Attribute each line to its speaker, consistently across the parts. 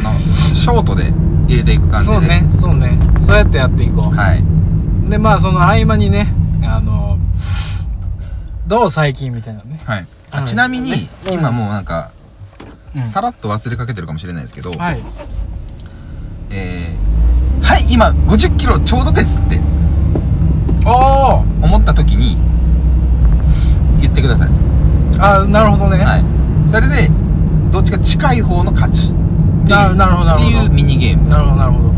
Speaker 1: のショートで入れていく感じで
Speaker 2: そうねそうねそうやってやっていこう、
Speaker 1: はい
Speaker 2: でまあその合間にねあのどう最近みたいなね、
Speaker 1: はいあ
Speaker 2: うん
Speaker 1: ちなみに
Speaker 2: うん
Speaker 1: 今もうなんか
Speaker 2: うん
Speaker 1: さらっと忘れかけてるかもしれないですけど
Speaker 2: はい
Speaker 1: えーはい今50キロちょうどですって
Speaker 2: おお
Speaker 1: 思った時に言ってください
Speaker 2: あなるほどね、
Speaker 1: はいそれでどっちか近い方の勝ちって
Speaker 2: ななるほどなるほど
Speaker 1: いうミニゲーム
Speaker 2: なるほどなるほど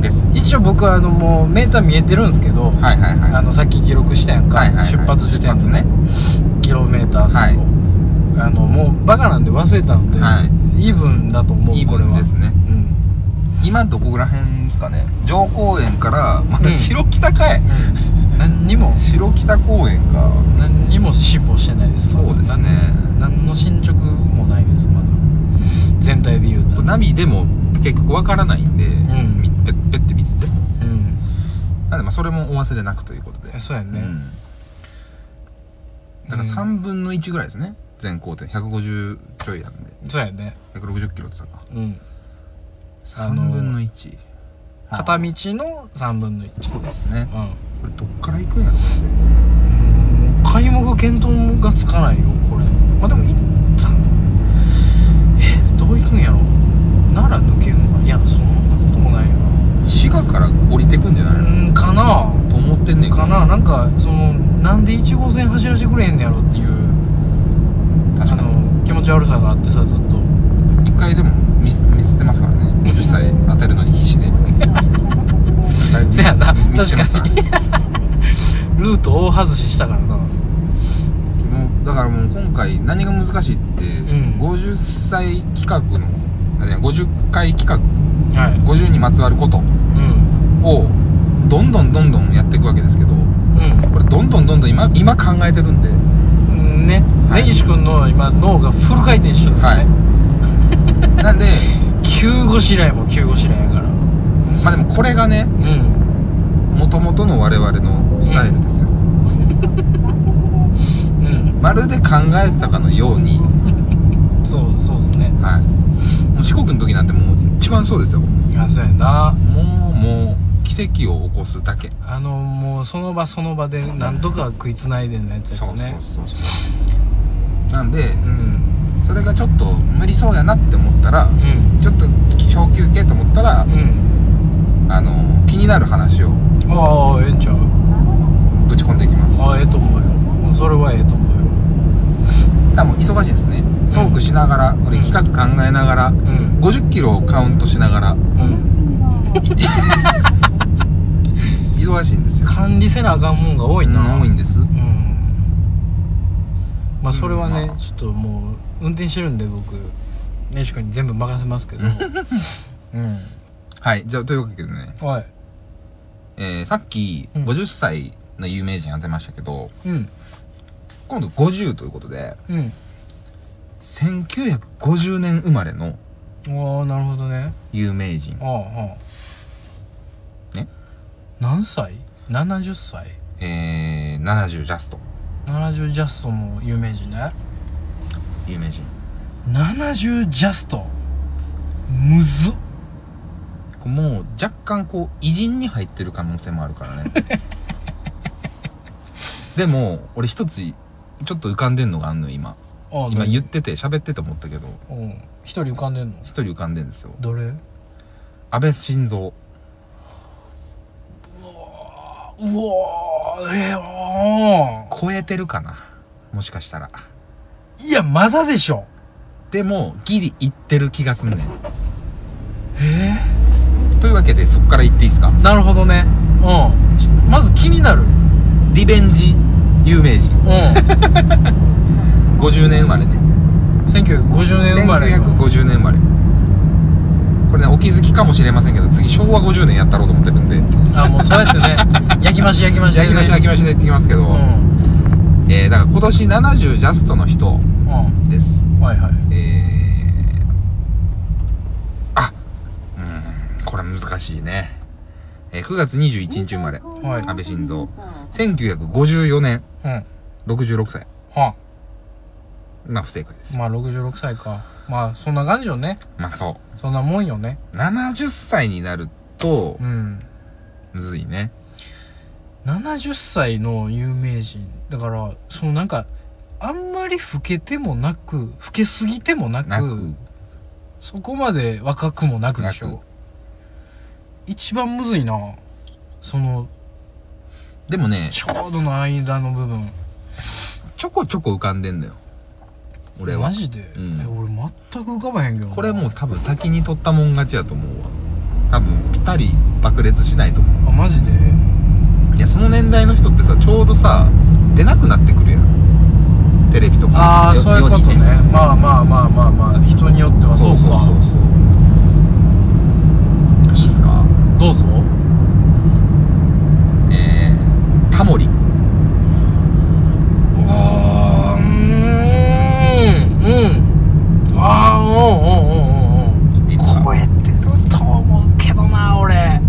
Speaker 1: です
Speaker 2: 一応僕はあのもうメーター見えてるんですけど、
Speaker 1: はいはいはい
Speaker 2: あのさっき記録したやんか、
Speaker 1: はいはいはい
Speaker 2: 出発して
Speaker 1: 出発ね
Speaker 2: キロメーター数を、
Speaker 1: はい
Speaker 2: あのもうバカなんで忘れたので、
Speaker 1: は
Speaker 2: イーブンだと思う
Speaker 1: イーブン
Speaker 2: これは
Speaker 1: ですね
Speaker 2: うん、
Speaker 1: 今どこら辺ですかね城公園からま
Speaker 2: う
Speaker 1: た
Speaker 2: ん
Speaker 1: 白北かい、
Speaker 2: うん、何にも
Speaker 1: 白北公園か
Speaker 2: 何にも進歩してないです
Speaker 1: そうですね
Speaker 2: なん何の進捗もないですまだ全体で言うと
Speaker 1: ナビでも結局わからないんで、
Speaker 2: ん
Speaker 1: みペッペッて見てても
Speaker 2: うん
Speaker 1: なのでまあそれもお忘れなくということで
Speaker 2: えそうや
Speaker 1: う
Speaker 2: ね、
Speaker 1: んだから3分の1ぐらいですね全行程150ちょいなんで
Speaker 2: そうやね
Speaker 1: 160キロって言ったか
Speaker 2: うんあの
Speaker 1: 3分の1
Speaker 2: 片道
Speaker 1: で
Speaker 2: の3分の1う
Speaker 1: すね
Speaker 2: ん
Speaker 1: これどっから行くんやろ
Speaker 2: もう買い目見当がつかないよこれまあでもいさえどう行くんやろ奈良抜けるのかいやそんなこともないよ
Speaker 1: 滋賀から降りてくんじゃないの、
Speaker 2: うんかな
Speaker 1: と思ってんねんけど
Speaker 2: かななんかそのなんで1号線走らせてくれへんのやろっていう
Speaker 1: 確か
Speaker 2: あの気持ち悪さがあってさずっと
Speaker 1: に一回でもミスミスってますからね50歳当てるのに必死 で
Speaker 2: せやな
Speaker 1: ミスしてます
Speaker 2: 確かにルート大外ししたからな
Speaker 1: もうだからもう今回何が難しいって、
Speaker 2: ん
Speaker 1: 50歳企画のあいや50回企画
Speaker 2: はい
Speaker 1: 50にまつわること
Speaker 2: うん
Speaker 1: をどんどんどんどんやっていくわけですけどこれどんどんどんどん今今考えてるんで
Speaker 2: うんね
Speaker 1: はい
Speaker 2: 根岸君の今脳がフル回転してるんだね、
Speaker 1: なん で
Speaker 2: 急ごしらえも急ごしらえやから
Speaker 1: まあでもこれがね
Speaker 2: うん
Speaker 1: もともとの我々のスタイルですよ、
Speaker 2: うん
Speaker 1: まるで考えてたかのように
Speaker 2: そうそうですね
Speaker 1: はいもう四国の時なんてもう一番そうですよも
Speaker 2: いやそうやな
Speaker 1: うもう奇跡を起こすだけ
Speaker 2: あのもうその場その場でなんとか食いつないでのやつや
Speaker 1: そ
Speaker 2: った
Speaker 1: う
Speaker 2: ね
Speaker 1: そうそうそうなんで
Speaker 2: うん
Speaker 1: それがちょっと無理そうやなって思ったら
Speaker 2: うん
Speaker 1: ちょっと小休憩と思ったら、
Speaker 2: うん
Speaker 1: あの気になる話を
Speaker 2: ああええんちゃう
Speaker 1: ぶち込んでいきますだか
Speaker 2: ああええと思うよもうそれはええと思うよ
Speaker 1: らもう忙しいですよねトークしながらこれ企画考えながら
Speaker 2: うん
Speaker 1: 50キロをカウントしながら
Speaker 2: うん
Speaker 1: 忙しいんですよ
Speaker 2: 管理せなあかんもんが多いな
Speaker 1: うん多いんです
Speaker 2: うんまあそれはね、
Speaker 1: うんまあ
Speaker 2: ちょっともう運転してるんで僕根岸君に全部任せま すけどうん
Speaker 1: はいじゃあというわけでね、
Speaker 2: おい
Speaker 1: えー、さっき
Speaker 2: うん
Speaker 1: 50歳の有名人当てましたけど
Speaker 2: うん
Speaker 1: 今度50ということで
Speaker 2: うん
Speaker 1: 1950年生まれの
Speaker 2: ああなるほどね
Speaker 1: 有名人
Speaker 2: ああああ
Speaker 1: ね
Speaker 2: 何歳 ?70 歳
Speaker 1: えー、70ジャスト
Speaker 2: ?70 ジャストの有名人ね
Speaker 1: 有名人
Speaker 2: 70ジャストむずっ
Speaker 1: もう若干こう偉人に入ってる可能性もあるからねでも俺一つちょっと浮かんでんのがあんのよ今
Speaker 2: あ
Speaker 1: 今言ってて喋ってて思ったけど
Speaker 2: うん一人浮かんでんの
Speaker 1: 一人浮かんでんですよ
Speaker 2: どれ
Speaker 1: 安倍晋三
Speaker 2: あうわーええあ
Speaker 1: 超えてるかなもしかしたら
Speaker 2: ーいやまだでしょ
Speaker 1: でもギリいってる気がすんねん
Speaker 2: え
Speaker 1: というわけでそっから言っていいですか
Speaker 2: えなるほどねうんまず気にな るうん
Speaker 1: リベンジ有名人50年生まれね
Speaker 2: 1950年生まれ
Speaker 1: 1950年生まれこれねお気づきかもしれませんけど次昭和50年やったろうと思ってるんで
Speaker 2: あもうそうやって ね焼き増し焼き増し
Speaker 1: 焼きまし焼きましで言ってきますけど、
Speaker 2: うん
Speaker 1: えー、だから今年70ジャストの人
Speaker 2: う
Speaker 1: です
Speaker 2: んはいはい
Speaker 1: えー、あうんこれ難しいね、えー、9月21日生まれ、
Speaker 2: はい
Speaker 1: 安倍晋三1954年
Speaker 2: うん
Speaker 1: 66歳
Speaker 2: は
Speaker 1: まあ不正解です
Speaker 2: まあ66歳かまあそんな感じよね
Speaker 1: まあそ
Speaker 2: そんなもんよね
Speaker 1: う70歳になると
Speaker 2: うん
Speaker 1: むずいね
Speaker 2: 70歳の有名人だからそのなんかあんまり老けてもなく老けすぎてもなく
Speaker 1: なく
Speaker 2: そこまで若くもなくでし
Speaker 1: なく
Speaker 2: ょ一番むずいなその
Speaker 1: でもね
Speaker 2: ちょうどの間の部分
Speaker 1: ちょこちょこ浮かんでんのよ俺は
Speaker 2: マジで、
Speaker 1: うん
Speaker 2: え俺全く浮かばへんけどな
Speaker 1: これもう多分先に取ったもん勝ちやと思うわ多分ピタリ爆裂しないと思
Speaker 2: あマジで
Speaker 1: ういやその年代の人ってさちょうどさ出なくなってくるやんテレビとか
Speaker 2: ああ
Speaker 1: よ
Speaker 2: そういうこと
Speaker 1: 世
Speaker 2: ね
Speaker 1: に
Speaker 2: まあまあまあまあまあ人によっては
Speaker 1: そ
Speaker 2: そううか
Speaker 1: そうそうそういいっすか
Speaker 2: どうぞ
Speaker 1: えー、タモリ
Speaker 2: あーうーんうんああうんうんうんうんうん
Speaker 1: っていいですか
Speaker 2: 超えてると思うけどな俺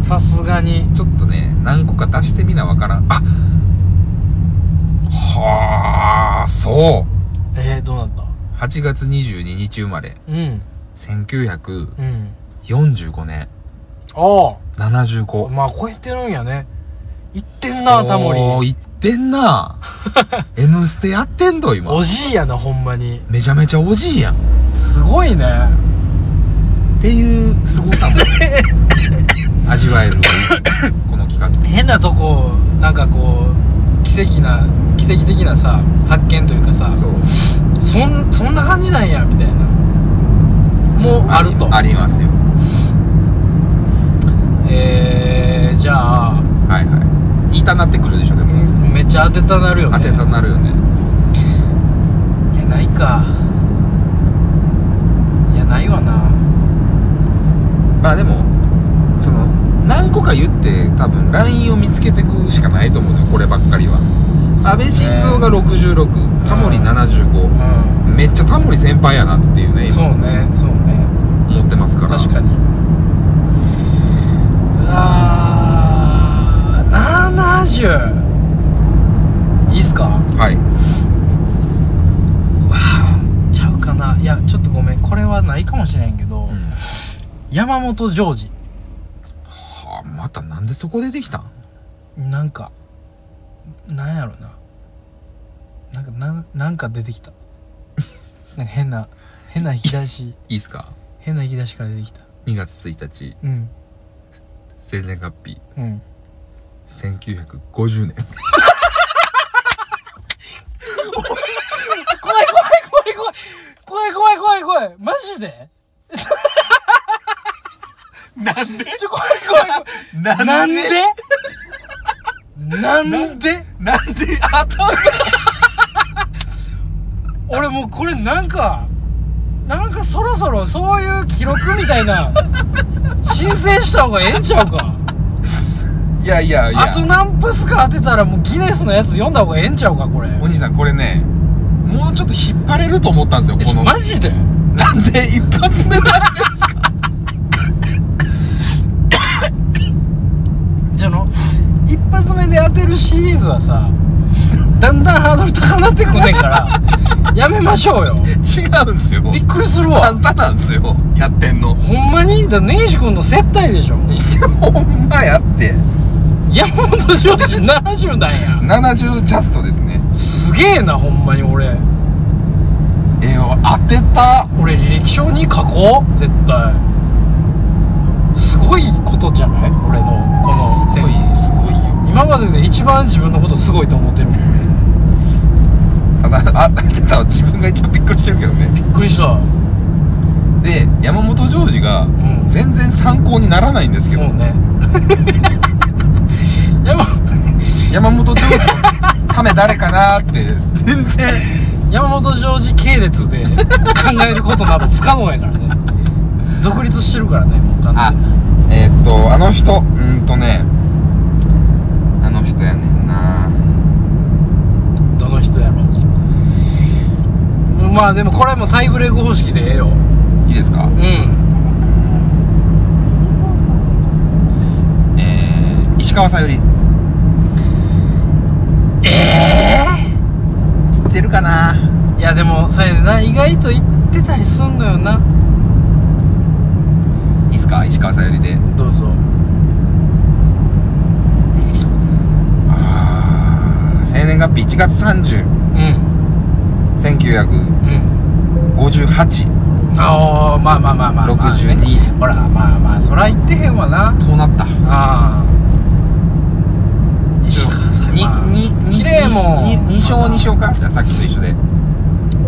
Speaker 2: さすがに
Speaker 1: ちょっとね何個か出してみなわからんあはあそう
Speaker 2: えー、どうなった
Speaker 1: 8月22日生まれ
Speaker 2: うん
Speaker 1: 1945
Speaker 2: うん
Speaker 1: 年
Speaker 2: ああ
Speaker 1: 75
Speaker 2: まあ超えてるんやねいってんなタモリ
Speaker 1: おーいってん な M ステやってんど今
Speaker 2: おじいやなほんまに
Speaker 1: めちゃめちゃおじいやんっ
Speaker 2: すごいね
Speaker 1: ていう凄 さも味わえるこの企画
Speaker 2: 変なとこなんかこう奇跡な奇跡的なさ発見というかさ
Speaker 1: そう
Speaker 2: そんそんな感じなんやみたいなもうあると
Speaker 1: ありますよ
Speaker 2: えー、じゃあ
Speaker 1: はいはい言いたなってくるでしょでも、
Speaker 2: めっちゃ当てたなるよね
Speaker 1: 当てたなるよね
Speaker 2: いやないかいやないわな
Speaker 1: まあでもその何個か言って多分 LINE を見つけてくしかないと思うのよこればっかりは安倍晋三が66タモリ75
Speaker 2: う
Speaker 1: めっちゃタモリ先輩やなっていうね
Speaker 2: ん
Speaker 1: 今
Speaker 2: そうねそうね
Speaker 1: 思ってますから
Speaker 2: 確かにうわー70いいっすか
Speaker 1: はい
Speaker 2: わーちゃうかないやちょっとごめんこれはないかもしれんけど、
Speaker 1: ん
Speaker 2: 山本ジョージ
Speaker 1: はあまたなんでそこ出てきたん
Speaker 2: なんかなんやろななんかなんなんか出てき たなんか変な変な引き出し
Speaker 1: いいっすか
Speaker 2: 変な引き出しから出てきた
Speaker 1: 2月1日
Speaker 2: うん
Speaker 1: 生年月日
Speaker 2: うん
Speaker 1: 1950年
Speaker 2: 怖い怖い怖い怖い怖い怖い怖い怖いマジで
Speaker 1: なんで
Speaker 2: ちょ怖い怖い怖いなんでなんで
Speaker 1: なんであった
Speaker 2: 俺もうこれなんかなんかそろそろそういう記録みたいな申請した方がええんちゃうか
Speaker 1: いやいやいや
Speaker 2: あと何分すか当てたらもうギネスのやつ読んだ方がええんちゃうかこれ
Speaker 1: お兄さんこれねもうちょっと引っ張れると思ったんですよ
Speaker 2: え
Speaker 1: こ
Speaker 2: ちょ
Speaker 1: の
Speaker 2: マジで
Speaker 1: なんで一発目なんですか
Speaker 2: じゃあの一発目で当てるシリーズはさだんだんハードル高なってくんねん からやめましょうよ
Speaker 1: 違うんですよ
Speaker 2: びっくりするわ
Speaker 1: 簡単なんですよやってんの
Speaker 2: ほんまにだ根岸君の接待でしょ
Speaker 1: いやほんまやって
Speaker 2: 山本上司70なんや
Speaker 1: 70ジャストですね
Speaker 2: すげえなほんまに俺
Speaker 1: えー、当てた
Speaker 2: 俺履歴書に書こう絶対すごいことじゃない俺のこの
Speaker 1: す
Speaker 2: セ
Speaker 1: ごい
Speaker 2: ンス
Speaker 1: すごいよ
Speaker 2: 今までで一番自分のことすごいと思ってるもんび
Speaker 1: ただあ当てたの自分が一番びっくりしてるけどね
Speaker 2: っくりした
Speaker 1: で山本譲二が
Speaker 2: ん
Speaker 1: 全然参考にならないんですけど、
Speaker 2: そう ね山
Speaker 1: 山本譲 二のため誰かなーって全然
Speaker 2: 山本常司系列で考えることなど不可能やからね独立してるからねもう完
Speaker 1: あ
Speaker 2: 全に
Speaker 1: えー、っとあの人うーんとねあの人やねんな
Speaker 2: どの人やろまあでもこれもタイブレイク方式でええよ
Speaker 1: いいですか
Speaker 2: うん
Speaker 1: えー、石川さゆり
Speaker 2: ええ
Speaker 1: 言ってるかない
Speaker 2: やでもそれな意外といってたりすんのよない
Speaker 1: いっすか石川さゆりで
Speaker 2: どうぞ
Speaker 1: ああ生年月日1月30
Speaker 2: うんうん
Speaker 1: 1958
Speaker 2: ああまあまあまあまあ、まあね、
Speaker 1: 62
Speaker 2: ほらまあまあそら言ってへんわな
Speaker 1: こうなった
Speaker 2: ああ石川さん
Speaker 1: に
Speaker 2: は
Speaker 1: にに
Speaker 2: 綺麗も
Speaker 1: にに2勝2勝かじゃあさっきと一緒で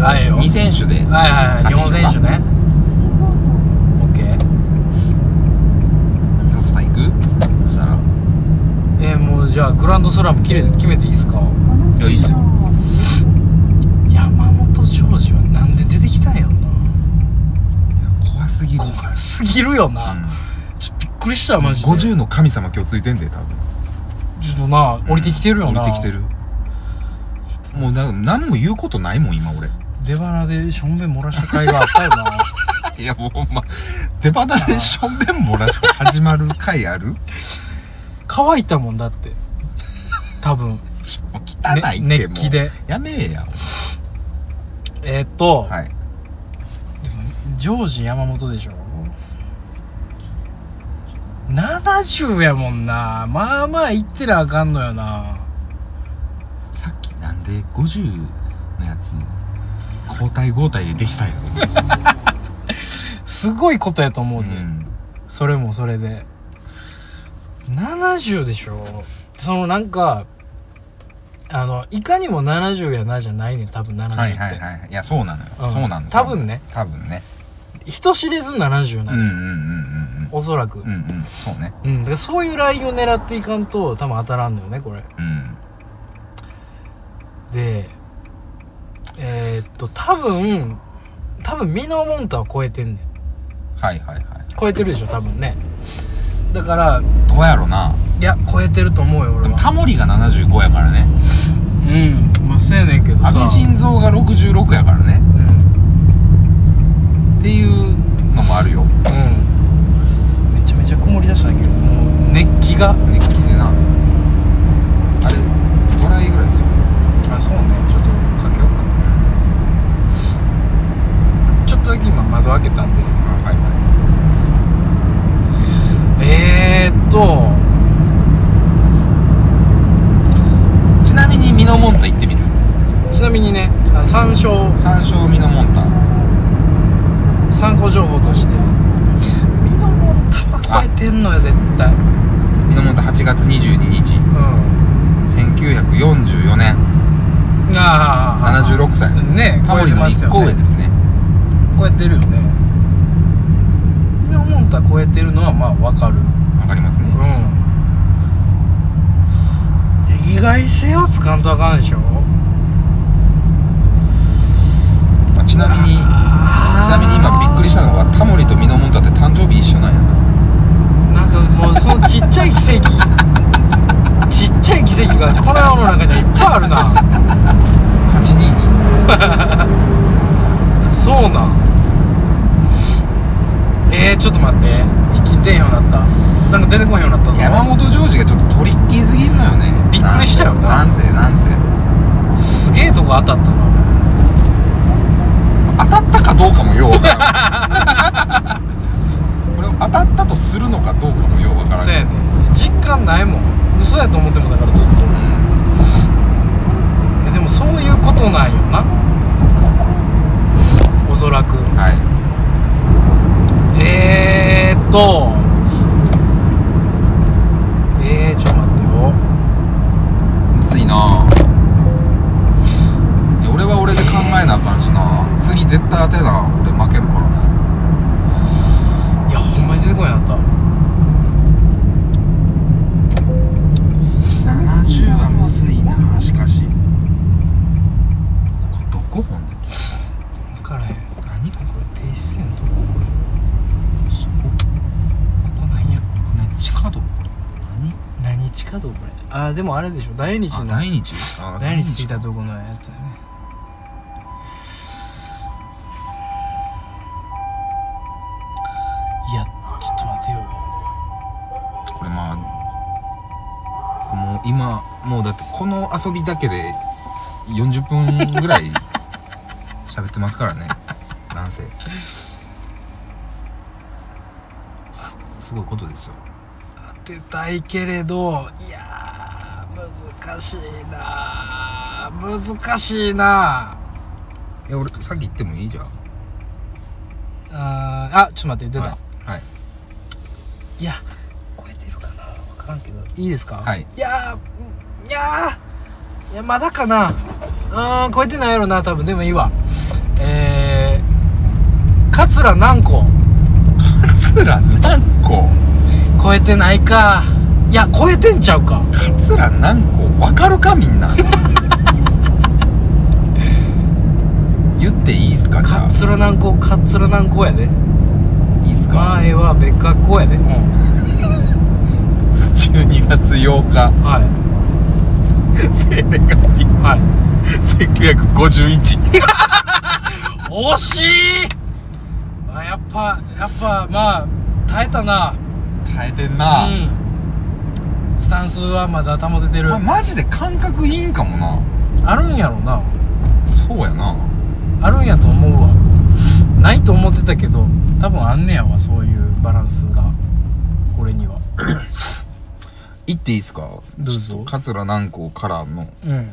Speaker 2: あええよ
Speaker 1: 2選手で
Speaker 2: はいはいはい日本選手ねオッケー
Speaker 1: 佐藤さん行くそしたらい
Speaker 2: えー、もうじゃあグランドスラム決め決めていいですか
Speaker 1: やいいっすよ
Speaker 2: 山本庄司はなんで出てきたんやろな
Speaker 1: 怖すぎる
Speaker 2: 怖すぎるよな、ちょっとびっくりしたマジで
Speaker 1: 50の神様今日ついてんで多分
Speaker 2: ちょっとな降りてきてるよな、
Speaker 1: 降りてきてるもうな何も言うことないもん今俺
Speaker 2: 出鼻でしょんべん漏らした会があったよな
Speaker 1: いやもうほんま出鼻でしょんべん漏らして始まる回ある
Speaker 2: 乾いたもんだって多分
Speaker 1: もう汚いってもう、
Speaker 2: ね熱気で
Speaker 1: やめえや
Speaker 2: えー、っと、
Speaker 1: はい
Speaker 2: ジョージ山本でしょ70やもんなまあまあ行ってなあかんのよな
Speaker 1: さっきなんで50のやつ交代交代でできたんやろ、
Speaker 2: すごいことやと思う
Speaker 1: う
Speaker 2: で、
Speaker 1: ん、
Speaker 2: それもそれで70でしょそのなんかあのいかにも70やなじゃないねん多分70って、
Speaker 1: はいはいはいいやそうなのよ、
Speaker 2: うん
Speaker 1: そうなの
Speaker 2: 多分ね
Speaker 1: そうなの多分ね
Speaker 2: 人知れず70
Speaker 1: う
Speaker 2: な
Speaker 1: うんう
Speaker 2: んの、よ
Speaker 1: んうん
Speaker 2: おそらく、う
Speaker 1: うんうんんうんそうね
Speaker 2: だからそういうラインを狙っていかんと多分当たらんのよねこれ
Speaker 1: うん
Speaker 2: でえーっと多分多分ミノモンタは超えてんねん
Speaker 1: はいはいはい
Speaker 2: 超えてるでしょ多分ねだから
Speaker 1: どうやろない
Speaker 2: や超えてると思うよ
Speaker 1: で
Speaker 2: 俺
Speaker 1: も
Speaker 2: は
Speaker 1: タモリが75やからね
Speaker 2: うんまあせやねんけど
Speaker 1: 安倍晋三が66やからね
Speaker 2: うん
Speaker 1: っていうのもあるよ
Speaker 2: うんめちゃめちゃ曇り出したんだけどもう熱気が
Speaker 1: 熱気でなあれドライぐらいですよ
Speaker 2: あそうねちょっとかけようかちょっとだけ今窓開けたん
Speaker 1: あ
Speaker 2: で
Speaker 1: はいは
Speaker 2: えー、っと
Speaker 1: いちなみにミノモンタ行ってみる
Speaker 2: ちなみにねあ参照
Speaker 1: 山椒ミノモンタ
Speaker 2: 参考情報としてミノモンタは超えてんのよ絶対
Speaker 1: ミノモンタ8月22日
Speaker 2: うん
Speaker 1: 1944年
Speaker 2: ああ
Speaker 1: 76歳
Speaker 2: ね
Speaker 1: タモリの1個上ですね
Speaker 2: 超えてるよねミノモンタ超えてるのはまあわかる
Speaker 1: わかりますね
Speaker 2: うん意外性をつかんとあかんでしょ
Speaker 1: まあちなみにちな
Speaker 2: な
Speaker 1: みに今びっくりしたのがタモリとミノモンタって誕生日一緒なんやな
Speaker 2: なんかもうそのちっちゃい奇跡 ちっちゃい奇跡がこの世の中にはいっぱいあるな
Speaker 1: 822
Speaker 2: そうなんえー、ちょっと待って生きてへんようになったなんか出てこへんようになったぞ
Speaker 1: 山本ジョージがちょっとトリッキーすぎんのよね
Speaker 2: びっくりしたよな
Speaker 1: なんせなんせ
Speaker 2: すげえとこ当たったな
Speaker 1: 当たったかどうかもようわからん これを当たったとするのかどうかもようわからん
Speaker 2: そうやね実感ないもん嘘やと思ってもだからずっと
Speaker 1: うん
Speaker 2: えでもそういうことなんよなおそらく
Speaker 1: はい
Speaker 2: えー、っとえー、ちょっと待ってよ
Speaker 1: むずいないや俺は俺で考えなあかんしな次絶対当てな俺負けるからない
Speaker 2: やほんまに出てこないなった
Speaker 1: 70はむずいなしかしここどこほんで
Speaker 2: 分からへん
Speaker 1: 何こ
Speaker 2: これ停止線どここれそこここなんや
Speaker 1: 何地下道これ
Speaker 2: 何日かどこれあーでもあれでしょ大日
Speaker 1: 何
Speaker 2: の
Speaker 1: あ日あ
Speaker 2: 大日着いたとこのやつやねいやちょっと待てよ
Speaker 1: これまあもう今もうだってこの遊びだけで40分ぐらい喋ってますからねな反省すすごいことですよ
Speaker 2: 当てたいけれどいやー難しいなー難しいなー
Speaker 1: いや俺さっき言ってもいいじゃん
Speaker 2: あーあちょっと待って出た、
Speaker 1: はいはい
Speaker 2: い、や超えてるかな分からんけどいいですか
Speaker 1: はい
Speaker 2: いやーいやーいやまだかなうーん超えてないやろな多分でもいいわえー桂何個
Speaker 1: 桂何個
Speaker 2: 超えてないかいや超えてんちゃうか
Speaker 1: 桂何個分かるかみん な言っていいっすかじゃあ
Speaker 2: 桂何個桂何個やで
Speaker 1: いいっすか
Speaker 2: 前は別格好やで、
Speaker 1: 12月8日
Speaker 2: は
Speaker 1: 生年月日
Speaker 2: いはい
Speaker 1: 1951
Speaker 2: 惜しいあやっぱやっぱまあ耐えたな
Speaker 1: 耐えてんな、
Speaker 2: うんスタンスはまだ保ててる
Speaker 1: まマジで感覚いいんかもな
Speaker 2: あるんやろな
Speaker 1: そうやな
Speaker 2: あるんやと思うわないと思ってたけど多分あんねやわそういうバランスが俺には
Speaker 1: 言っていいっすか
Speaker 2: どうぞ
Speaker 1: ちょっと桂南光からの
Speaker 2: うん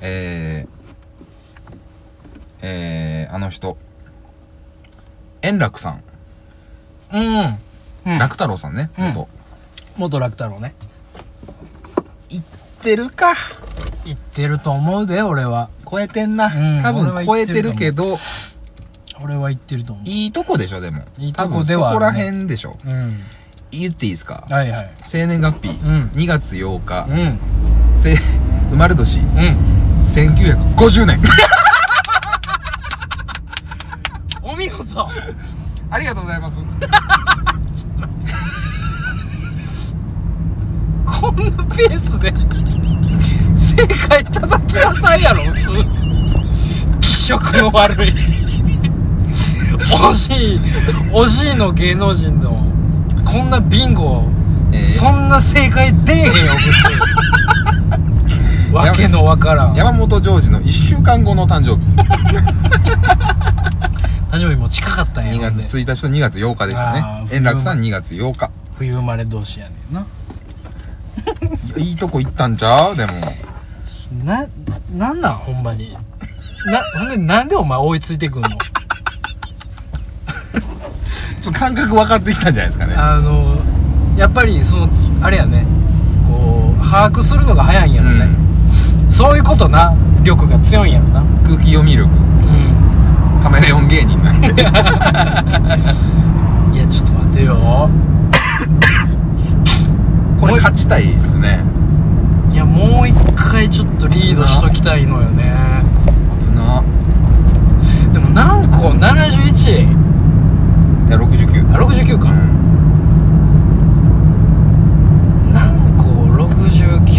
Speaker 1: えー、えー、あの人円楽さん、
Speaker 2: うん、うん、
Speaker 1: 楽太郎さんね
Speaker 2: うん
Speaker 1: 元、
Speaker 2: 元楽太郎ね
Speaker 1: 言ってるか
Speaker 2: 言ってると思うで俺は
Speaker 1: 超えてんな、
Speaker 2: ん
Speaker 1: 多
Speaker 2: 俺は
Speaker 1: 分超
Speaker 2: 言
Speaker 1: え
Speaker 2: って
Speaker 1: て
Speaker 2: る
Speaker 1: る
Speaker 2: と思
Speaker 1: け
Speaker 2: う
Speaker 1: ど
Speaker 2: 俺は言ってると思
Speaker 1: いいとこでしょでも
Speaker 2: いいとこではあ
Speaker 1: 多
Speaker 2: るね
Speaker 1: 分そこら辺でしょ
Speaker 2: ううん
Speaker 1: 言っていいですか
Speaker 2: はいはい
Speaker 1: 生年月日、
Speaker 2: ん
Speaker 1: 2月8日
Speaker 2: う、ん
Speaker 1: せ生まれ年
Speaker 2: うん
Speaker 1: 1950年
Speaker 2: お見事
Speaker 1: ありがとうございます
Speaker 2: こんなペースで正解叩きなさいやろ普通気色の悪い惜しい惜しいの芸能人のこんなビンゴ、
Speaker 1: えー
Speaker 2: そんな正解出えへんよ 普通わけのわからん
Speaker 1: 山本譲二の1週間後の誕生日
Speaker 2: 誕生日も近かったんや
Speaker 1: 2
Speaker 2: ほん
Speaker 1: 月
Speaker 2: で
Speaker 1: 1日と2月8日でした
Speaker 2: あ
Speaker 1: ね
Speaker 2: ー
Speaker 1: 円楽さん2月8日
Speaker 2: 冬生まれ同士やねんない
Speaker 1: やいいとこ行ったんちゃうでも
Speaker 2: な、なんなんほんまに。な、ほんでなんでお前追いついてくんの
Speaker 1: ちょっと感覚分かってきたんじゃないですかね
Speaker 2: あの、やっぱりその、あれやね、こう、把握するのが早いんや
Speaker 1: う
Speaker 2: ろね。
Speaker 1: ん
Speaker 2: そういうことな、力が強いんやろな。
Speaker 1: 空気読み力
Speaker 2: う
Speaker 1: カメレオン芸人 なんで
Speaker 2: ん。いや、ちょっと待てよ。
Speaker 1: これ勝ちたいっすね
Speaker 2: いや、もう一回ちょっとリードしときたいのよね。
Speaker 1: 危な
Speaker 2: でも何個 ?71?
Speaker 1: いや69
Speaker 2: あ、69
Speaker 1: う
Speaker 2: か。
Speaker 1: ん
Speaker 2: 何個 ?69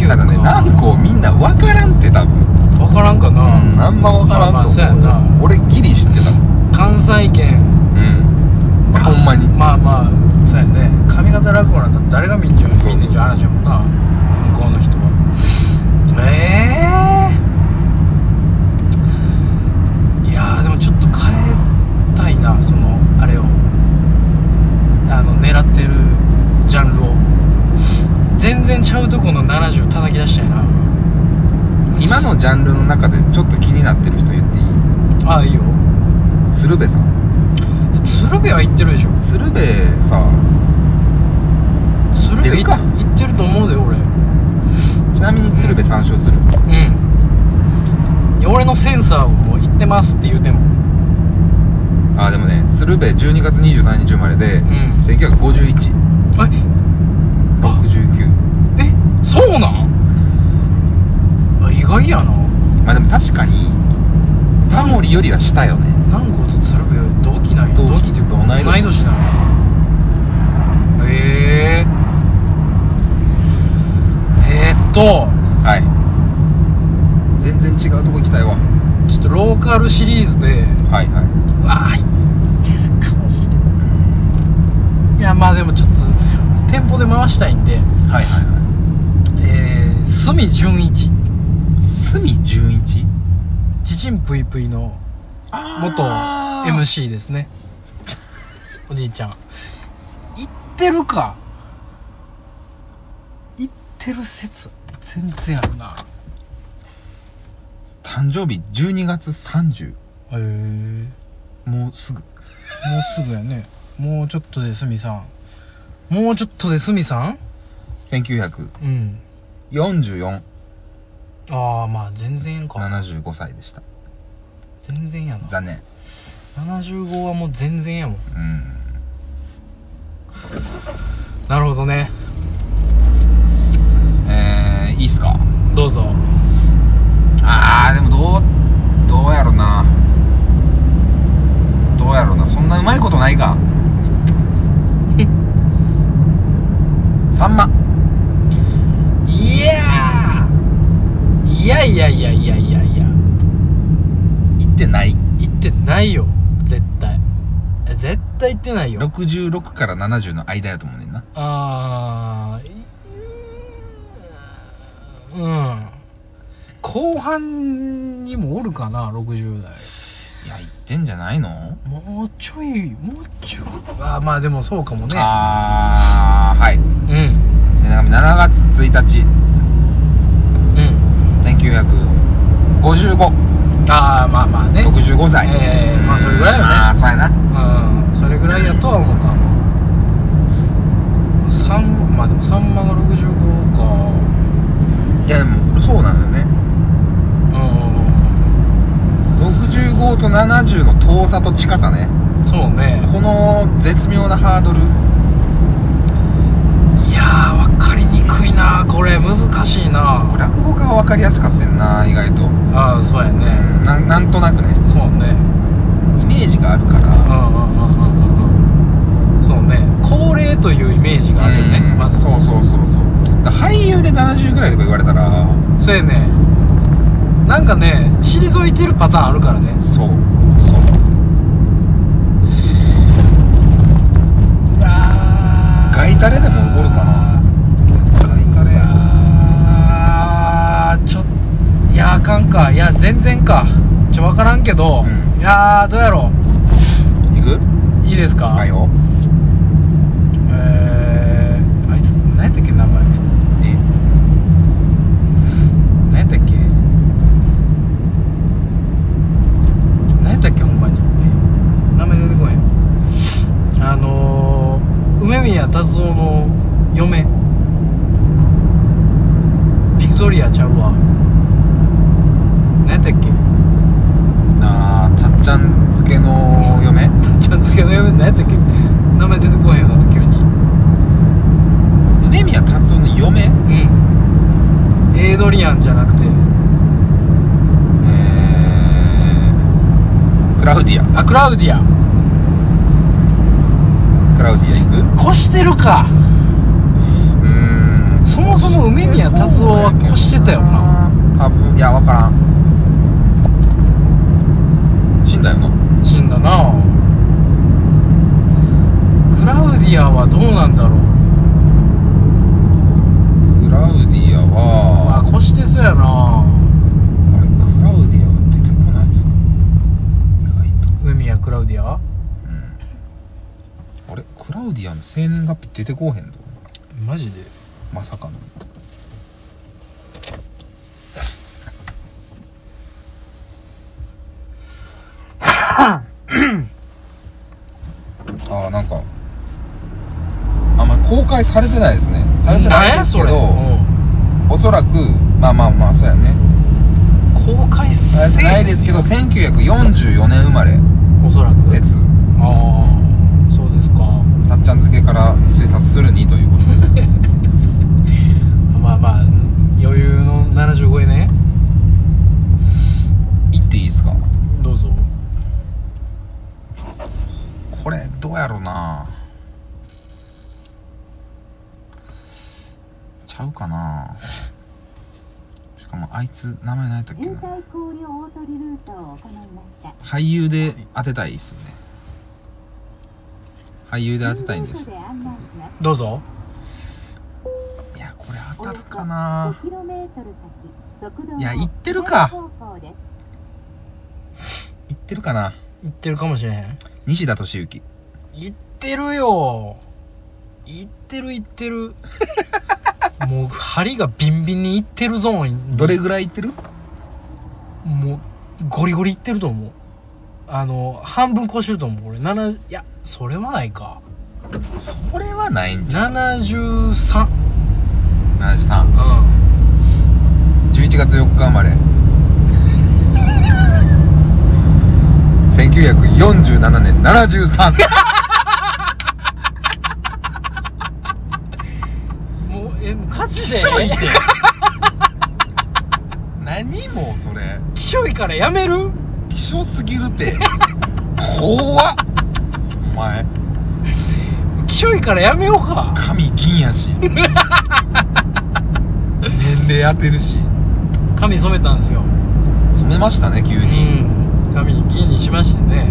Speaker 1: た
Speaker 2: か。
Speaker 1: だね何個みんな分からんって多分
Speaker 2: わからんかな、
Speaker 1: うんあんま分からんと思う,、
Speaker 2: まあまあそうやな
Speaker 1: 俺ギリ知ってたもん
Speaker 2: 関西圏。
Speaker 1: うん、
Speaker 2: まあ
Speaker 1: ほんまに
Speaker 2: まあまあそうやね髪型落語なんか誰が見んちゅう
Speaker 1: そうそう
Speaker 2: 見んねんちゅう話やもんな向こうの人はええー、いやーでもちょっと変えたいなそのあれをあの狙ってるジャンルを全然ちゃうとこの70叩き出したいな
Speaker 1: 今のジャンルの中でちょっと気になってる人言っていい
Speaker 2: ああいいよ
Speaker 1: 鶴瓶さん
Speaker 2: 鶴瓶は言ってるでしょ
Speaker 1: 鶴瓶さ
Speaker 2: 鶴
Speaker 1: 言ってる
Speaker 2: 瓶い
Speaker 1: か
Speaker 2: 言ってると思うで俺
Speaker 1: ちなみに鶴瓶参照する
Speaker 2: うんいや俺のセンサーをもう言ってますって言うても
Speaker 1: あでもね鶴瓶12月23日生まれで、
Speaker 2: ん
Speaker 1: 195169
Speaker 2: ええそうなんあ意外やな
Speaker 1: まあでも確かにタモリよりは下よね
Speaker 2: 南光と鶴瓶は同期なんや
Speaker 1: 同期
Speaker 2: っていうか
Speaker 1: 同い年
Speaker 2: 同い年なんやへええー、っと
Speaker 1: はい全然違うとこ行きたいわ
Speaker 2: ちょっとローカルシリーズで
Speaker 1: はいはいう
Speaker 2: わあ入ってるかもしれんいやまあでもちょっと店舗で回したいんで
Speaker 1: はいはいは
Speaker 2: えー、隅純一
Speaker 1: い隅純一
Speaker 2: ちちんぷいぷいの元
Speaker 1: ー
Speaker 2: MC ですねおじいちゃん行ってるか行ってる説全然あるな
Speaker 1: 誕生日12月30
Speaker 2: へえもう
Speaker 1: もうすぐ
Speaker 2: すぐやねもうちょっとですみさんもうちょっとですみさんうん
Speaker 1: 194475
Speaker 2: ああまあ全然か
Speaker 1: 歳でした
Speaker 2: 全然やな
Speaker 1: 残念
Speaker 2: 75はもう全然やもん
Speaker 1: うん
Speaker 2: なるほどね
Speaker 1: えー、いいっすか
Speaker 2: どうぞ
Speaker 1: あーでもどうどうやろなどうやろなそんなうまいことないかサンマ
Speaker 2: いやーいやいやいやいやいやいや
Speaker 1: 行ってない
Speaker 2: 行ってないよ絶対え絶対行ってないよ
Speaker 1: 66から70の間やと思うねんな
Speaker 2: あーいうーんうん後半にもおるかな60代
Speaker 1: いや行ってんじゃないの、
Speaker 2: もうちょいもうちょいあーまあでもそうかもね
Speaker 1: ああはい
Speaker 2: うん
Speaker 1: 背中見7月1日
Speaker 2: うん
Speaker 1: 1955
Speaker 2: ああまあまあね
Speaker 1: 65歳
Speaker 2: ええまあそれぐらいよね
Speaker 1: ああそうやな
Speaker 2: うんそれぐらいやとは思うか3まあでも3万が65か
Speaker 1: いやでもそうなのよね
Speaker 2: う
Speaker 1: 65と70の遠さと近さね
Speaker 2: んそうね
Speaker 1: この絶妙なハードル
Speaker 2: いやー分かりにくいなこれ難しいな
Speaker 1: 落語家は分かりやすかったんな意外と
Speaker 2: ああそうやね
Speaker 1: ななんとなくね
Speaker 2: そうね
Speaker 1: イメージがあるから
Speaker 2: うんうんうんうんうんうんそうね高齢というイメージがあるよね
Speaker 1: うん
Speaker 2: まず
Speaker 1: そうそうそうそうだから俳優で70ぐらいとか言われたら
Speaker 2: そうやねなんかね退いてるパターンあるからね
Speaker 1: そうそうガ
Speaker 2: ガ
Speaker 1: イタレでもおるかなガイタレ
Speaker 2: あーちょっいやあかんかいや全然かちょ分からんけど、
Speaker 1: うん
Speaker 2: いやーどうやろ
Speaker 1: いく
Speaker 2: ういいですか、
Speaker 1: はいよ
Speaker 2: えー、あいつ何やったっけ名前
Speaker 1: え
Speaker 2: 何やったっけ何やったっけほんまに名前出てこへんあのー、梅宮達夫の嫁ビクトリアちゃうわ何やったっけ
Speaker 1: なあたっちゃん漬けの嫁
Speaker 2: ちゃん付けの嫁何やったっけ名前出てこへんようになった急に
Speaker 1: 梅宮達夫の嫁
Speaker 2: うんエイドリアンじゃなくて
Speaker 1: えー、クラウディア
Speaker 2: あクラウディア
Speaker 1: クラウディア行く
Speaker 2: 越してるか
Speaker 1: うーん
Speaker 2: そもそも梅宮達夫は越してたよな
Speaker 1: 多分いや分からん死んだよな
Speaker 2: 死んだなクラウディアはどうなんだろう
Speaker 1: クラウディア
Speaker 2: あ
Speaker 1: は
Speaker 2: 越してそうやな
Speaker 1: あれクラウディアが出てこないぞ意外と
Speaker 2: 梅宮クラウディア
Speaker 1: あれクラウディアの生年月日出てこうへんぞ
Speaker 2: マジで
Speaker 1: まさ かのああなんかあんまり公開されてないですねされてないですけ
Speaker 2: 何や
Speaker 1: どおそらくまあまあまあそうやね
Speaker 2: それうん公開
Speaker 1: され
Speaker 2: せ
Speaker 1: て
Speaker 2: え
Speaker 1: ないですけど1944年生まれ
Speaker 2: おそらく
Speaker 1: 説
Speaker 2: ああそうですか
Speaker 1: たっちゃん漬けから推察するにということ です
Speaker 2: まあまあ余裕の75円ね
Speaker 1: 言っていいですか
Speaker 2: どうぞ
Speaker 1: これどうやろうなちゃうかなしかもあいつ名前何やったっけ
Speaker 3: 渋
Speaker 1: な
Speaker 3: 滞考慮大取りルートを行いました
Speaker 1: 俳優で当てたいですよね俳優で当てたいんです
Speaker 3: 運動車で案内します
Speaker 2: どうぞ
Speaker 1: いやこれ当
Speaker 3: お
Speaker 1: た
Speaker 3: よ
Speaker 1: る
Speaker 3: そ
Speaker 1: かな
Speaker 3: 5km 先速度
Speaker 1: いや行ってるか
Speaker 3: 左方向です
Speaker 1: いってるかな
Speaker 2: 行ってるかもしれへん
Speaker 1: 西田敏行
Speaker 2: 行ってるよ行ってる行ってるもう針がビンビンに行ってるゾーンに
Speaker 1: どれぐらい行ってる
Speaker 2: もうゴリゴリいってると思うあの半分越してると思う俺7いやそれはないか
Speaker 1: それはないんじゃ
Speaker 2: 73
Speaker 1: 7311
Speaker 2: う
Speaker 1: 月4日生ま れ1947年73
Speaker 2: んもうえもう勝ち
Speaker 1: 一緒
Speaker 2: で
Speaker 1: に
Speaker 2: い
Speaker 1: 行
Speaker 2: い
Speaker 1: って
Speaker 2: て
Speaker 1: 何もうそれ
Speaker 2: きしょいからやめる
Speaker 1: 希少すぎるって怖っお前
Speaker 2: きしょいからやめようか
Speaker 1: 髪銀やし年齢当てるし
Speaker 2: 髪染めたんですよ
Speaker 1: 染めましたね急
Speaker 2: う
Speaker 1: に、
Speaker 2: ん髪金にしましてね
Speaker 1: あ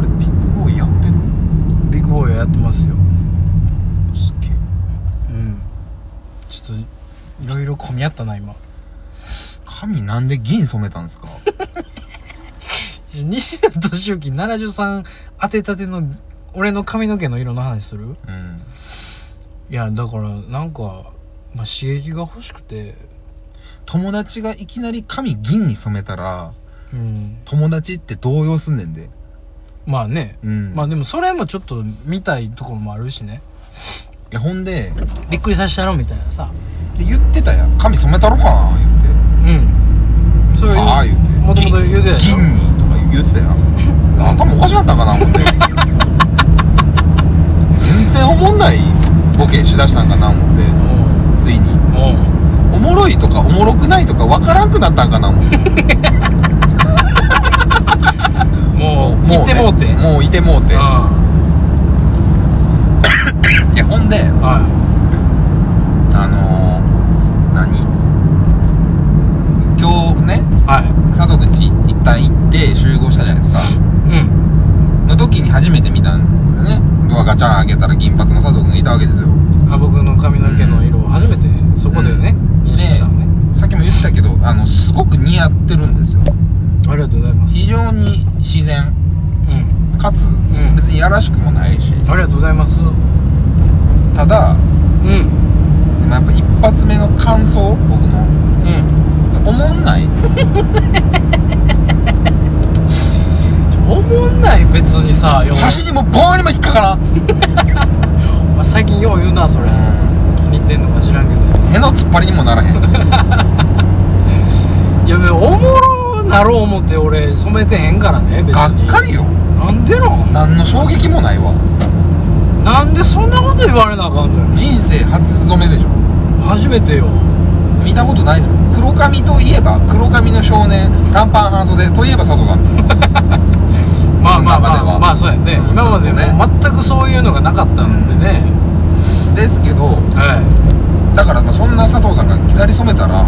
Speaker 1: れビッグボーイやってる
Speaker 2: ビッグボーイはやってますよ
Speaker 1: すっげえ
Speaker 2: うんちょっといろいろ混み合ったな今
Speaker 1: 髪なんで銀染めたんですか
Speaker 2: 西田敏行73当てたての俺の髪の毛の色の話する
Speaker 1: うん
Speaker 2: いやだからなんか、まあ、刺激が欲しくて
Speaker 1: 友達がいきなり髪銀に染めたら
Speaker 2: うん
Speaker 1: 友達って動揺すんねんで
Speaker 2: まあね、
Speaker 1: うん
Speaker 2: まあ
Speaker 1: い
Speaker 2: でもそれもちょっと見たいところもあるしね
Speaker 1: やほんで
Speaker 2: びっくりさせたろみたいなさ
Speaker 1: で言ってたやん髪染めたろかな言って
Speaker 2: うんそれ
Speaker 1: ああ言うて
Speaker 2: もともと言うてたでしょ
Speaker 1: 銀にとか言うてたやん頭おかしなったんかな思って全然おもんないボケしだしたんかな思ってついに
Speaker 2: おうおう
Speaker 1: おもろいとかおもろくないとかわからんくなったんかな思って
Speaker 2: もう行ってもうて
Speaker 1: ねもういてもうて
Speaker 2: あ
Speaker 1: いやほんで
Speaker 2: あは
Speaker 1: あのー、何今日ね
Speaker 2: いは
Speaker 1: 佐藤君ち一旦行って集合したじゃないですか
Speaker 2: いうん
Speaker 1: の時に初めて見たんだよねドアガチャン開けたら銀髪の佐藤君がいたわけですよ
Speaker 2: あ僕の髪の毛の色を初めてそこでね
Speaker 1: うん
Speaker 2: 認識したのね
Speaker 1: さっきも言ってたけどあのすごく似合ってるんですよ
Speaker 2: ありがとうございます
Speaker 1: 非常に自然
Speaker 2: うん
Speaker 1: かつ
Speaker 2: ん
Speaker 1: 別にやらしくもないし
Speaker 2: ありがとうございますう
Speaker 1: ただ
Speaker 2: ん
Speaker 1: でもやっぱ一発目の感想僕の
Speaker 2: うん
Speaker 1: おもんない
Speaker 2: おもんない別にさよ
Speaker 1: 箸にも棒にも引っかからん
Speaker 2: お前最近よう言うなそれ気に入ってんのか知らんけど
Speaker 1: への突っ張りにもならへん
Speaker 2: いやおもろなろう思って俺染めてへんからね別
Speaker 1: が
Speaker 2: に
Speaker 1: っかりよ
Speaker 2: なんでなん
Speaker 1: 何の衝撃もないわ
Speaker 2: なんでそんなこと言われなあかんのよ
Speaker 1: 人生初染めでしょ
Speaker 2: 初めてよ
Speaker 1: 見たことないですもん黒髪といえば黒髪の少年短パン半袖といえば佐藤さんですよ
Speaker 2: まあまあ
Speaker 1: 今ま
Speaker 2: ま
Speaker 1: で
Speaker 2: あ
Speaker 1: は
Speaker 2: まあそうやね
Speaker 1: うん
Speaker 2: 今まで
Speaker 1: ずっと
Speaker 2: もう全くそういうのがなかったんでね
Speaker 1: ですけど
Speaker 2: は
Speaker 1: だからまあそんな佐藤さんがいきなり染めたら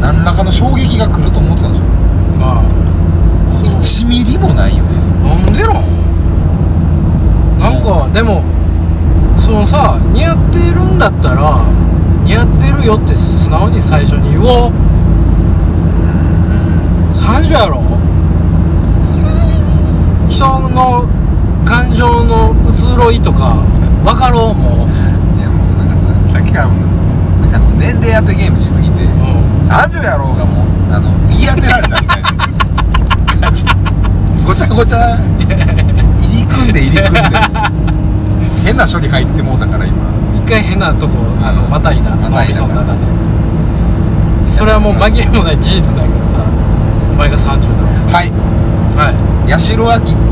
Speaker 1: 何らかの衝撃が来ると思ってたんで
Speaker 2: いまあそう
Speaker 1: すよ1ミリもないよね
Speaker 2: なんでなんなんかでもそのさ似合ってるんだったら似合ってるよって素直に最初に言お
Speaker 1: う
Speaker 2: う
Speaker 1: ん
Speaker 2: 30やろ人の感情の移ろいとか分かろうもう、
Speaker 1: いやもうなんかささっきからもうなんかもう年齢当てゲームしすぎて30やろうがもうあの言い当てられたみたいな感じごちゃごちゃ入り組んで入り組んで変な処理入ってもうだから今
Speaker 2: 一回変なとこあのまたいだ
Speaker 1: またいだ
Speaker 2: 脳みその中でそれはもう紛れもない事実だけどさお前が30だ
Speaker 1: はい
Speaker 2: は
Speaker 1: 八代亜紀
Speaker 2: い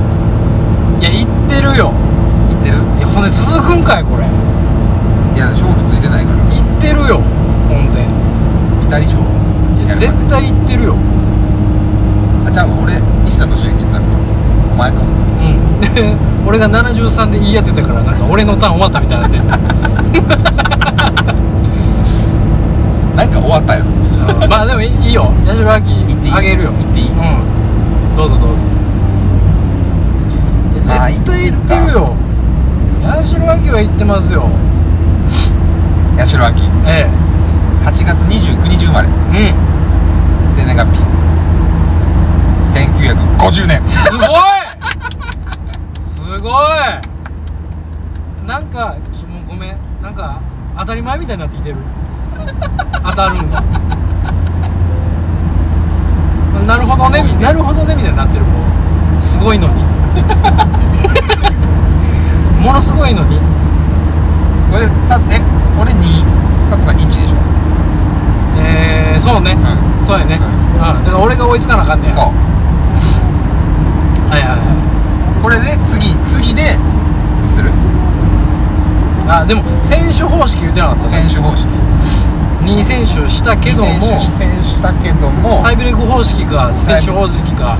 Speaker 2: いや言ってるよ
Speaker 1: 行ってる
Speaker 2: いや骨続くんかいこれ
Speaker 1: いや勝負ついてないから
Speaker 2: 言ってるよほんで
Speaker 1: ピタリ賞
Speaker 2: いや
Speaker 1: やるま
Speaker 2: 絶対言ってるよ
Speaker 1: であじゃあ俺西田敏行行ったのかお前か
Speaker 2: うん で俺が73で言い当てたからなんか俺のターン終わったみたいになってる
Speaker 1: なんか終わったよ
Speaker 2: うんまあでもいいよ八代
Speaker 1: 行っ
Speaker 2: 亜
Speaker 1: ていい
Speaker 2: 紀あげるよ
Speaker 1: 行っていい
Speaker 2: うんどうぞどうぞ絶
Speaker 1: あ
Speaker 2: 対
Speaker 1: 行ってる
Speaker 2: 言
Speaker 1: か
Speaker 2: ってるよ八代亜紀は言ってますよ
Speaker 1: 八代亜紀
Speaker 2: え
Speaker 1: 8月29日生まれ
Speaker 2: えうん
Speaker 1: 生年月日1950年
Speaker 2: すごいすごいなんかちょもうごめんなんか当たり前みたいになってきてる当たるんがなるほどねみなるほどねみたいになってるもうすごいのにものすごいのに
Speaker 1: これさえ俺2サツさん1でしょ
Speaker 2: えー、そうね、
Speaker 1: う
Speaker 2: そうやね、
Speaker 1: う
Speaker 2: うんん、だから俺が追いつかなあかんねや
Speaker 1: そ
Speaker 2: はいはいはい
Speaker 1: うんこれで次次でどうする
Speaker 2: あでも選手方式言ってなかった
Speaker 1: 選
Speaker 2: ね
Speaker 1: 手方式
Speaker 2: 2選手したけども
Speaker 1: 選手選手したけども
Speaker 2: タイブレーク方式か選手方式か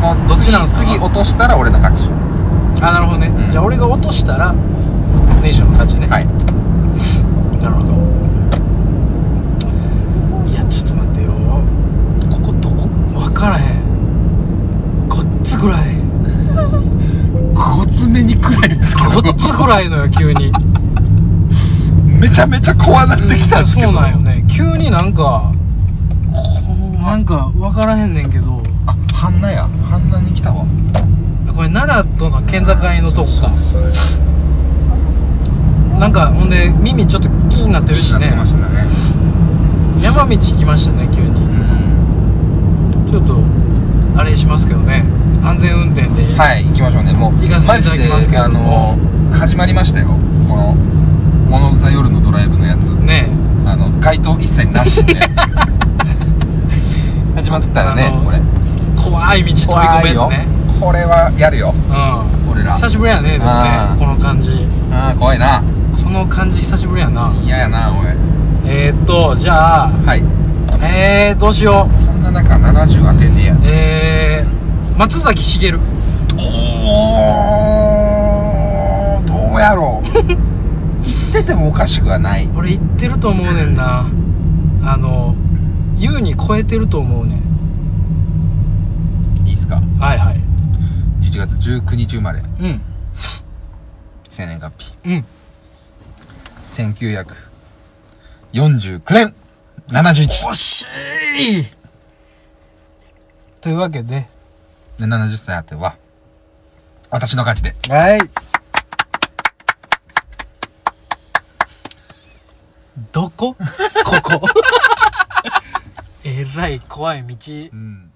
Speaker 1: もう
Speaker 2: どっち
Speaker 1: 次
Speaker 2: なんすか
Speaker 1: 次落としたら俺の勝ち
Speaker 2: あなるほどね、
Speaker 1: ん
Speaker 2: じゃあ俺が落としたらネーションの勝ちね、
Speaker 1: はい
Speaker 2: なるほどいやちょっと待ってよ
Speaker 1: ここどこ
Speaker 2: 分からへんこっつぐらい
Speaker 1: ごつめにくらいですけ
Speaker 2: こっつぐらいの よ急に
Speaker 1: めちゃめちゃ怖なってきたんですけど、
Speaker 2: そうなんよね急になんかなんか分からへんねんけど
Speaker 1: あハンナやハンナに来たわ
Speaker 2: これ奈良との県境のとこか
Speaker 1: そうです
Speaker 2: なんかほんで耳ちょっと気になってるし
Speaker 1: なって
Speaker 2: ね
Speaker 1: ましたね
Speaker 2: 山道行きましたね急に
Speaker 1: うん
Speaker 2: ちょっとあれしますけどね安全運転で
Speaker 1: はい行きましょうねもう
Speaker 2: 行かせて
Speaker 1: マ
Speaker 2: いた
Speaker 1: ジ
Speaker 2: だ
Speaker 1: で
Speaker 2: きますけ
Speaker 1: あ
Speaker 2: ども
Speaker 1: の始まりましたよこの「モノウザ夜のドライブ」のやつ
Speaker 2: ね
Speaker 1: あの回答一切なしって やつ始まったらね
Speaker 2: あの
Speaker 1: これ
Speaker 2: 怖い道飛び込むやつね
Speaker 1: これはやるよ
Speaker 2: う
Speaker 1: 俺ら
Speaker 2: ん久しぶりやねでも
Speaker 1: あ
Speaker 2: ね
Speaker 1: ー
Speaker 2: この感じ
Speaker 1: あー怖いな
Speaker 2: この感じ久しぶりやな
Speaker 1: 嫌やなおい
Speaker 2: えー、っとじゃあ
Speaker 1: はい
Speaker 2: えー、どうしよう
Speaker 1: そんな中70当てんねや
Speaker 2: えー、松崎しげる
Speaker 1: おーどうや ろう言っててもおかしくはない
Speaker 2: 俺言ってると思うねんなあの優に超えてると思うねん
Speaker 1: いいっすか
Speaker 2: はいはい
Speaker 1: 11月19日生まれ
Speaker 2: うん
Speaker 1: 生年月日
Speaker 2: うん
Speaker 1: 1949年71
Speaker 2: 惜しいというわけで
Speaker 1: で70歳あては私の勝ちで
Speaker 2: はい どこここえらい怖い道
Speaker 1: うん